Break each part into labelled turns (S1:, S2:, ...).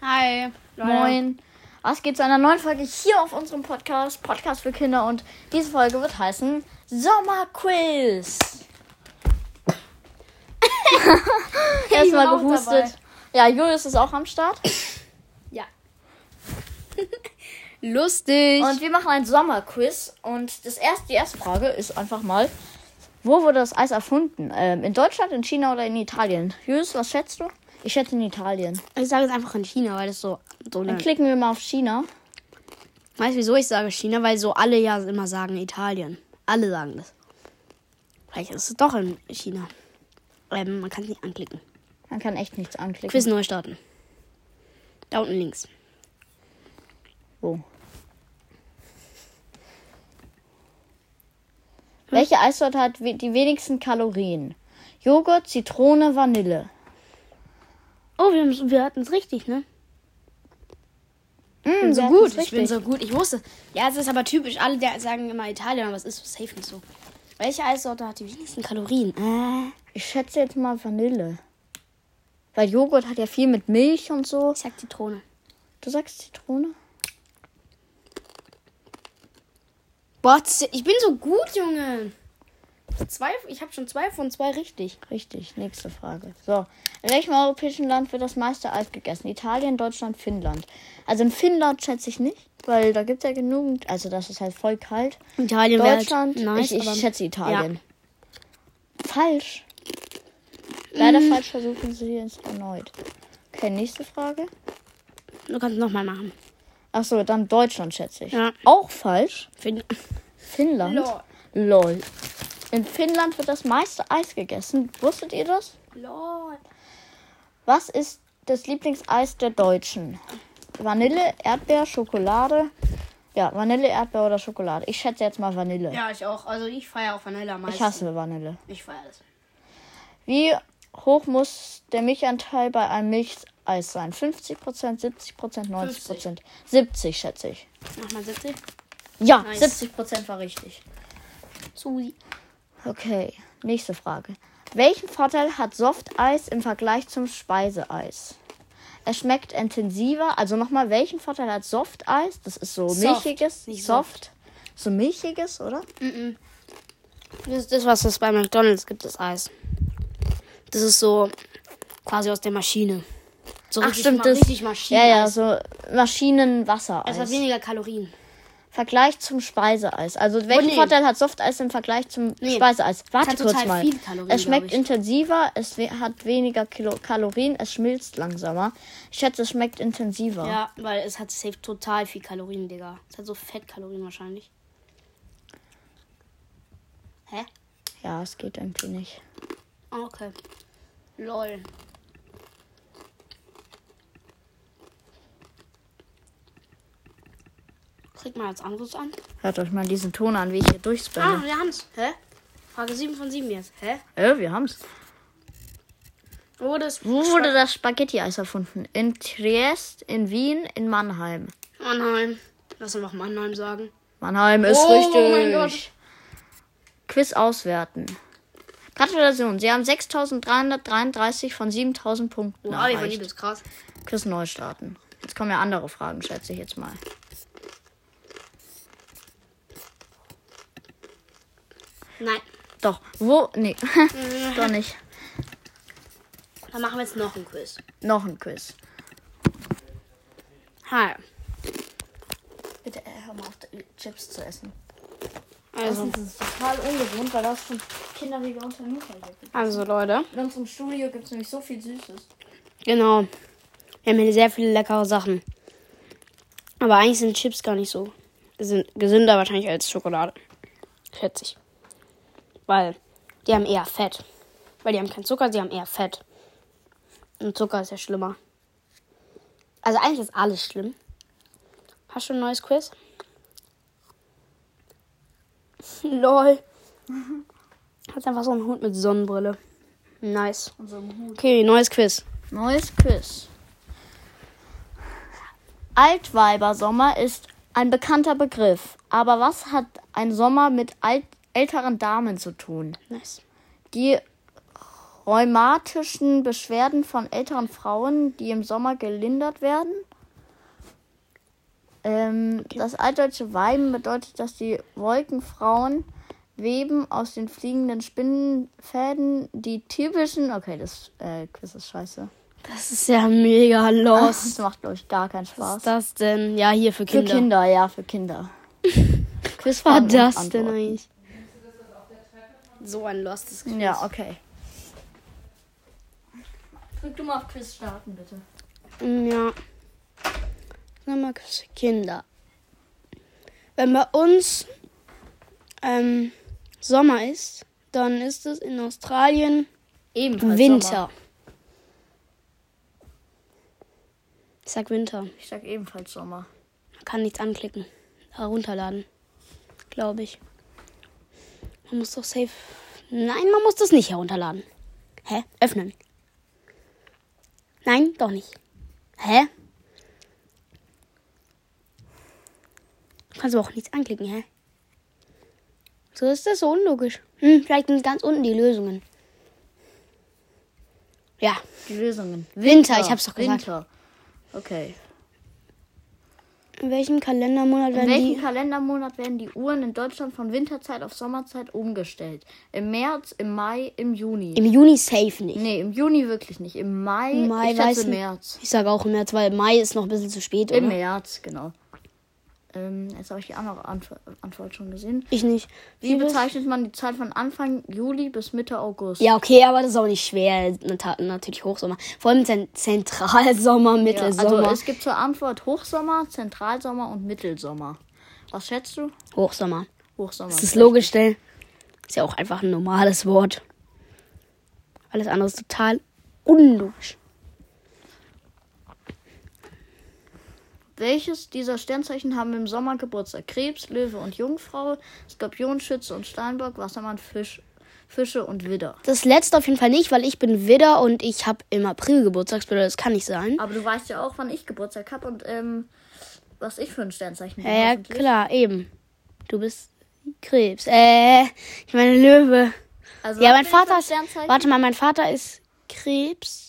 S1: Hi. Leute.
S2: Moin. Was geht zu einer neuen Folge hier auf unserem Podcast, Podcast für Kinder. Und diese Folge wird heißen Sommerquiz. Erstmal
S1: bin auch
S2: gehustet. Ja, Julius ist auch am Start.
S1: Ja. Lustig.
S2: Und wir machen ein Sommerquiz. Und das erste, die erste Frage ist einfach mal, wo wurde das Eis erfunden? Ähm, in Deutschland, in China oder in Italien? Julius, was schätzt du? Ich schätze in Italien.
S1: ich sage jetzt einfach in China, weil das so. so
S2: Dann
S1: eine,
S2: klicken wir mal auf China.
S1: weißt du, wieso ich sage China? Weil so alle ja immer sagen Italien. Alle sagen das. Vielleicht ist es doch in China. Ähm, man kann es nicht anklicken.
S2: Man kann echt nichts anklicken.
S1: Quiz neu starten. Da unten links. Hm.
S2: Wo? Welche Eissorte hat we- die wenigsten Kalorien? Joghurt, Zitrone, Vanille.
S1: Oh, wir, haben's- wir hatten es richtig, ne?
S2: Mm,
S1: bin
S2: wir
S1: Hm, so
S2: hatten's
S1: gut. Ich
S2: richtig.
S1: bin so gut. Ich wusste. Ja, es ist aber typisch. Alle der sagen immer Italien, aber es ist safe nicht so. Welche Eissorte hat die wenigsten Kalorien? Äh,
S2: Ich schätze jetzt mal Vanille. Weil Joghurt hat ja viel mit Milch und so.
S1: ich sag Zitrone.
S2: Du sagst Zitrone?
S1: Boah, Z- ich bin so gut, Junge. Zwei, ich habe schon zwei von zwei richtig.
S2: Richtig, nächste Frage. So, in welchem europäischen Land wird das meiste Eis gegessen? Italien, Deutschland, Finnland. Also in Finnland schätze ich nicht, weil da gibt es ja genügend. Also das ist halt voll kalt.
S1: Italien
S2: Deutschland?
S1: Nice,
S2: ich, ich
S1: aber
S2: schätze Italien. Falsch. Leider falsch versuchen sie es erneut. Okay, nächste Frage.
S1: du kannst nochmal machen.
S2: Achso, dann Deutschland schätze ich.
S1: Ja.
S2: Auch falsch.
S1: Find,
S2: Finnland.
S1: Lol.
S2: Lol. In Finnland wird das meiste Eis gegessen. Wusstet ihr das?
S1: lol.
S2: Was ist das Lieblingseis der Deutschen? Vanille, Erdbeer, Schokolade. Ja, Vanille, Erdbeer oder Schokolade. Ich schätze jetzt mal Vanille.
S1: Ja, ich auch. Also ich feiere auch Vanille am meisten.
S2: ich hasse Vanille.
S1: Ich feiere das.
S2: Wie hoch muss der Milchanteil bei einem Milcheis sein? 50%, 70%, 90%?
S1: 50.
S2: 70 schätze ich.
S1: Mach mal 70.
S2: Ja,
S1: Nice.
S2: 70% war richtig.
S1: Susi.
S2: Okay, nächste Frage. Welchen Vorteil hat Softeis im Vergleich zum Speiseeis? Es schmeckt intensiver. Also nochmal, welchen Vorteil hat Softeis? Das ist so
S1: Soft,
S2: milchiges,
S1: nicht
S2: soft. So milchiges, oder?
S1: Das ist das, was es bei McDonalds gibt, das Eis. Das ist so quasi aus der Maschine. So richtig, ma- richtig Maschine.
S2: Ja, ja, so Maschinenwassereis.
S1: Es hat weniger Kalorien.
S2: Vergleich zum Speiseeis. Also welchen
S1: Oh, nee.
S2: Vorteil hat Softeis im Vergleich zum
S1: Nee.
S2: Speiseeis? Warte
S1: hat
S2: kurz
S1: total
S2: mal.
S1: viele Kalorien,
S2: es schmeckt
S1: glaub ich.
S2: intensiver, es we hat weniger Kilo Kalorien, es schmilzt langsamer. Ich schätze, es schmeckt intensiver.
S1: Ja, weil es hat safe total viel Kalorien, Digga. Es hat so Fettkalorien wahrscheinlich. Hä?
S2: Ja, es geht irgendwie nicht.
S1: Ah, Okay. Lol. Kriegt man als anderes an?
S2: Hört euch mal diesen Ton an, wie ich hier
S1: Ah,
S2: durchspelle.
S1: wir haben's. Hä? Frage 7 von 7 jetzt. Hä?
S2: Äh, wir haben's.
S1: Wurde es.
S2: Wo wurde das Spaghetti-Eis erfunden? In Triest, in Wien, in Mannheim.
S1: Mannheim. Lass einfach Mannheim sagen.
S2: Mannheim ist
S1: Oh
S2: richtig.
S1: mein Gott.
S2: Quiz auswerten. Gratulation, Sie haben 6.333 von 7.000 Punkten
S1: Wow, die von
S2: erreicht.
S1: ist krass.
S2: Quiz neu starten. Jetzt kommen ja andere Fragen, schätze ich jetzt mal.
S1: Nein.
S2: Doch, wo? Nee, doch nicht.
S1: Dann machen wir jetzt noch ein Quiz.
S2: Noch ein Quiz.
S1: Hi.
S2: Bitte äh, hör mal auf, Chips zu essen.
S1: Also,
S2: Das ist total ungewohnt, weil das schon Kinder wie wir unter gibt.
S1: also Leute.
S2: In unserem Studio gibt es nämlich so viel Süßes.
S1: Genau. Wir haben hier sehr viele leckere Sachen. Aber eigentlich sind Chips gar nicht so sind gesünder wahrscheinlich als Schokolade. Schätze ich. Weil die haben eher Fett. Weil die haben kein Zucker, sie haben eher Fett. Und Zucker ist ja schlimmer. Also eigentlich ist alles schlimm. Hast du ein neues Quiz? Lol. Hat einfach so einen Hund mit Sonnenbrille. Nice.
S2: Und so ein Hut.
S1: Okay, neues Quiz.
S2: Neues Quiz. Altweibersommer ist ein bekannter Begriff. Aber was hat ein Sommer mit alt älteren Damen zu tun?
S1: Nice.
S2: Die Rheumatischen Beschwerden von älteren Frauen, die im Sommer gelindert werden. Ähm, Das altdeutsche Weiben bedeutet, dass die Wolkenfrauen weben aus den fliegenden Spinnenfäden die typischen. Okay, das äh, Quiz ist scheiße.
S1: Das ist ja mega los.
S2: Das macht, glaube ich, gar keinen
S1: Was ist
S2: Spaß.
S1: das denn? Ja, hier für
S2: Für
S1: Kinder.
S2: Kinder, ja, für Kinder.
S1: Was
S2: Quiz
S1: war
S2: fragen und
S1: das denn
S2: Antworten.
S1: eigentlich? So ein lostes Gefühl.
S2: Ja, okay. Drück du mal auf Quiz starten, bitte.
S1: Mm, Ja. Sag mal, Kinder. Wenn bei uns ähm, Sommer ist, dann ist es in Australien
S2: Ebenfalls
S1: Winter.
S2: Sommer.
S1: Ich sag Winter. Man
S2: Ich sag ebenfalls Sommer.
S1: kann nichts anklicken. Herunterladen. Glaube ich. Man muss doch safe. Nein, man muss das nicht herunterladen. Hä? Öffnen. Nein, doch nicht. Hä? Kannst du auch nichts anklicken, hä? So ist das so unlogisch. Hm, vielleicht sind ganz unten die Lösungen. Ja,
S2: Die Lösungen.
S1: Winter, ich hab's doch gesagt.
S2: Winter. Okay.
S1: In welchem Kalendermonat
S2: In
S1: werden
S2: welchem
S1: die?
S2: Kalendermonat werden die Uhren in Deutschland von Winterzeit auf Sommerzeit umgestellt? Im März, im Mai, im Juni.
S1: Im Juni safe nicht.
S2: nee, im Juni wirklich nicht. Im Mai,
S1: Im Mai
S2: ich schätze
S1: weiß
S2: im
S1: nicht.
S2: März.
S1: Ich sage auch im März, weil Mai ist noch ein bisschen zu spät,
S2: Im
S1: oder?
S2: März, genau. Ähm, jetzt habe ich die andere Antw Antwort schon gesehen.
S1: Ich nicht.
S2: Wie bezeichnet man die Zeit von Anfang Juli bis Mitte August?
S1: Ja, okay, aber das ist auch nicht schwer. Nata- Natürlich Hochsommer. Vor allem Zent- Zentralsommer,
S2: Ja,
S1: Mittelsommer.
S2: Also es gibt zur Antwort Hochsommer, Zentralsommer und Mittelsommer. Was schätzt du?
S1: Hochsommer.
S2: Hochsommer.
S1: Das ist logisch, denn ist ja auch einfach ein normales Wort. Alles andere ist total unlogisch.
S2: Welches dieser Sternzeichen haben im Sommer Geburtstag? Krebs, Löwe und Jungfrau, Skorpion, Schütze und Steinbock, Wassermann, Fisch, Fische und Widder.
S1: Das letzte auf jeden Fall nicht, weil ich bin Widder und ich habe im April Geburtstag. Das kann nicht sein.
S2: Aber du weißt ja auch, wann ich Geburtstag habe und ähm, was ich für ein Sternzeichen bin,
S1: Ja, ja
S2: hoffentlich.
S1: klar, eben. Du bist Krebs. Äh, ich meine Löwe.
S2: Also
S1: Ja,
S2: was
S1: mein
S2: bin ich für ein
S1: Vater ist.
S2: Sternzeichen?
S1: Warte mal, mein Vater ist Krebs.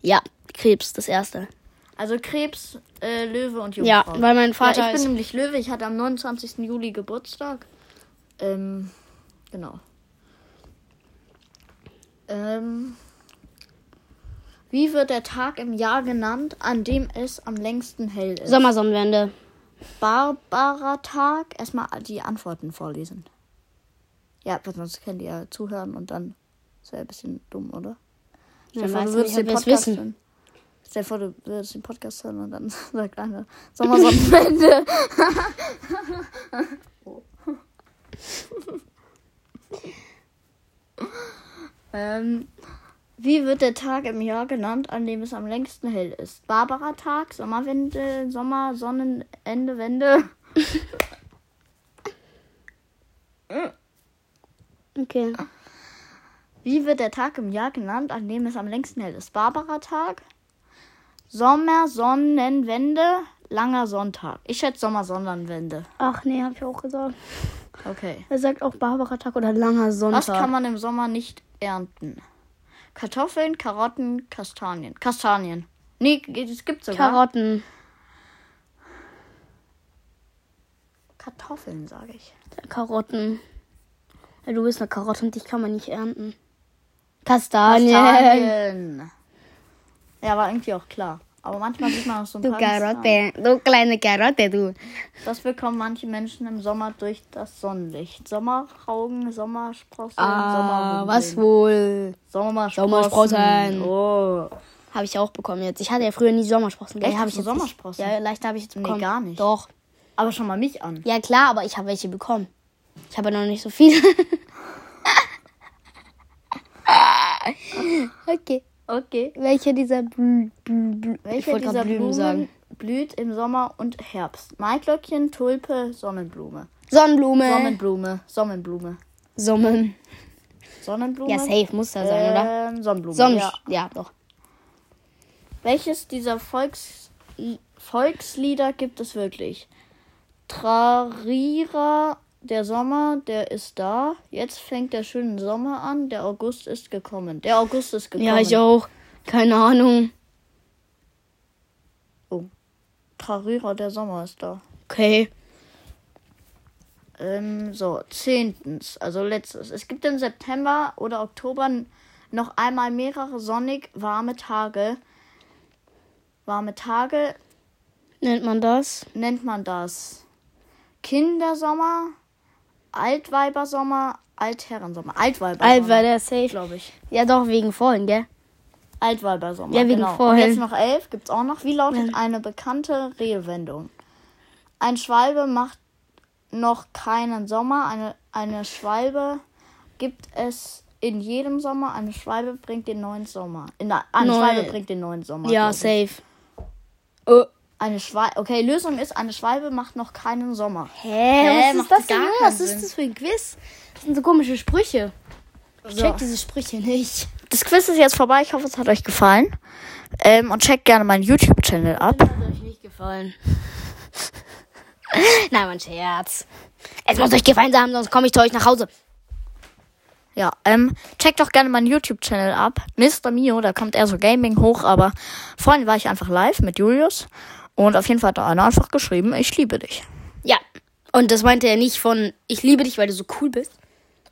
S1: Ja, Krebs, das erste.
S2: Also Krebs, äh, Löwe und
S1: Ja,
S2: Jungfrau.
S1: weil mein Vater
S2: ja, ich
S1: ist.
S2: bin nämlich Löwe. Ich hatte am 29. Juli Geburtstag. Ähm, genau. Ähm, wie wird der Tag im Jahr genannt, an dem es am längsten hell ist?
S1: Sommersonnenwende.
S2: Barbara-Tag. Erstmal die Antworten vorlesen. Ja, weil sonst können die ja zuhören und dann ist ja ein bisschen dumm, oder? Stell dir vor,
S1: weiß
S2: du
S1: ich
S2: würdest
S1: nicht, ob
S2: den
S1: wir es
S2: Podcast
S1: wissen.
S2: hören. Stell dir vor, du würdest den Podcast hören und dann sagt einer Sommersonnenwende. Oh. ähm, wie wird der Tag im Jahr genannt, an dem es am längsten hell ist? Barbara-Tag, Sommerwende, Sommer, Sonnenende, Wende.
S1: Okay.
S2: Wie wird der Tag im Jahr genannt, an dem es am längsten hell ist? Barbara-Tag, Sommer, Sonnenwende, langer Sonntag. Ich schätze Sommer, Sonnenwende.
S1: Ach nee, hab ich auch gesagt.
S2: Okay.
S1: Er sagt auch Barbara-Tag oder langer Sonntag.
S2: Was kann man im Sommer nicht ernten? Kartoffeln, Karotten, Kastanien. Kastanien. Nee, es gibt sogar.
S1: Karotten.
S2: Kartoffeln, sage ich.
S1: Karotten. Ja, du bist eine Karotte und dich kann man nicht ernten. Kastanien.
S2: Kastanien. Ja, war irgendwie auch klar. Aber manchmal sieht man auch so ein
S1: Du
S2: paar Kastanien.
S1: Karotte. Du kleine Karotte, du.
S2: Das bekommen manche Menschen im Sommer durch das Sonnenlicht. Sommeraugen, Sommersprossen,
S1: Ah,
S2: Sommerhundeln.
S1: was wohl?
S2: Sommersprossen.
S1: Sommersprossen.
S2: Oh.
S1: Habe ich auch bekommen jetzt. Ich hatte ja früher nie Sommersprossen. gell?
S2: Echt?
S1: Hab
S2: Hast
S1: ich
S2: du
S1: jetzt nicht.
S2: Sommersprossen?
S1: Ja, leichter habe ich jetzt bekommen.
S2: gar nicht.
S1: Doch.
S2: Aber schau mal mich an.
S1: Ja, klar, aber ich habe welche bekommen. Ich habe ja noch nicht so viele. okay.
S2: Okay.
S1: Welche dieser Blü Blü Blü ich
S2: Welche
S1: wollte
S2: dieser
S1: gerade Blumen
S2: Blumen
S1: sagen?
S2: blüht im Sommer und Herbst? Maiglöckchen, Tulpe, Sonnenblume.
S1: Sonnenblume.
S2: Sonnenblume, Sonnenblume.
S1: Sonnen.
S2: Sonnenblume.
S1: Ja, safe muss da sein, oder?
S2: Ähm, Sonnenblume.
S1: Sonnen.
S2: ja.
S1: Ja. ja, doch.
S2: Welches dieser Volks Volkslieder gibt es wirklich? Trarira, der Sommer, der ist da. Jetzt fängt der schöne Sommer an. Der August ist gekommen. Der August ist gekommen.
S1: Ja, ich auch. Keine Ahnung.
S2: Trarira, der Sommer ist da.
S1: Okay.
S2: Ähm, so, zehntens, also letztes. Es gibt im September oder Oktober n- noch einmal mehrere sonnig warme Tage. Warme Tage
S1: Nennt man das?
S2: nennt man das Kindersommer, Altweibersommer, Altherrensommer. Altweibersommer.
S1: Alt war der safe.
S2: glaube ich.
S1: Ja, doch, wegen vorhin, gell?
S2: Altweibersommer.
S1: Ja, wegen
S2: genau. Und
S1: vorhin.
S2: jetzt noch elf gibt's auch noch. Wie lautet eine bekannte Redewendung? Ein Schwalbe macht noch keinen Sommer. Eine, eine Schwalbe gibt es in jedem Sommer. Eine Schwalbe bringt den neuen Sommer. In der, eine
S1: Neu-
S2: Schwalbe bringt den neuen Sommer.
S1: Ja,
S2: glaub ich.
S1: safe. Oh.
S2: Eine Schwalbe. Okay, Lösung ist, eine Schwalbe macht noch keinen Sommer.
S1: Hä? was
S2: macht
S1: ist das
S2: gar
S1: denn?
S2: keinen
S1: Was ist
S2: Sinn.
S1: das für ein Quiz? Das sind so komische Sprüche. Ich
S2: So.
S1: check diese Sprüche nicht.
S2: Das Quiz ist jetzt vorbei. Ich hoffe, es hat euch gefallen. Ähm, und checkt gerne meinen YouTube-Channel ab.
S1: Hat euch nicht gefallen. Nein, mein Scherz. Es muss euch gefallen haben, sonst komme ich zu euch nach Hause.
S2: Ja, ähm, checkt doch gerne meinen YouTube-Channel ab. Mr. Mio, da kommt eher so Gaming hoch, aber vorhin war ich einfach live mit Julius. Und auf jeden Fall hat da einer einfach geschrieben, ich liebe dich.
S1: Ja. Und das meinte er nicht von ich liebe dich, weil du so cool bist,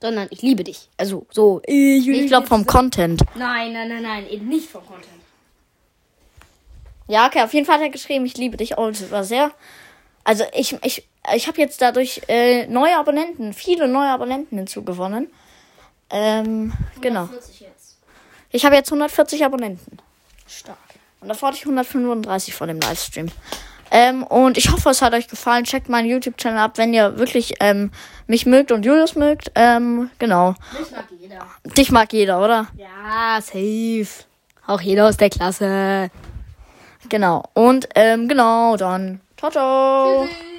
S1: sondern ich liebe dich. Also so. Ich,
S2: Ich glaube vom Content.
S1: Nein, nein, nein, nein, eben nicht vom Content.
S2: Ja, okay, auf jeden Fall hat er geschrieben, ich liebe dich. Oh, das war sehr. Also ich, ich, ich habe jetzt dadurch äh, neue Abonnenten, viele neue Abonnenten hinzugewonnen. Ähm, genau.
S1: 40 jetzt.
S2: Ich habe jetzt 140 Abonnenten.
S1: Stark.
S2: Und davor hatte ich 135 vor dem Livestream. Ähm, und ich hoffe, es hat euch gefallen. Checkt meinen YouTube-Channel ab, wenn ihr wirklich ähm, mich mögt und Julius mögt. Ähm, genau.
S1: Mich mag jeder.
S2: Dich mag jeder, oder?
S1: Ja, safe. Auch jeder aus der Klasse.
S2: Genau. Und ähm, genau, dann. Ciao, ciao.
S1: Tschüss.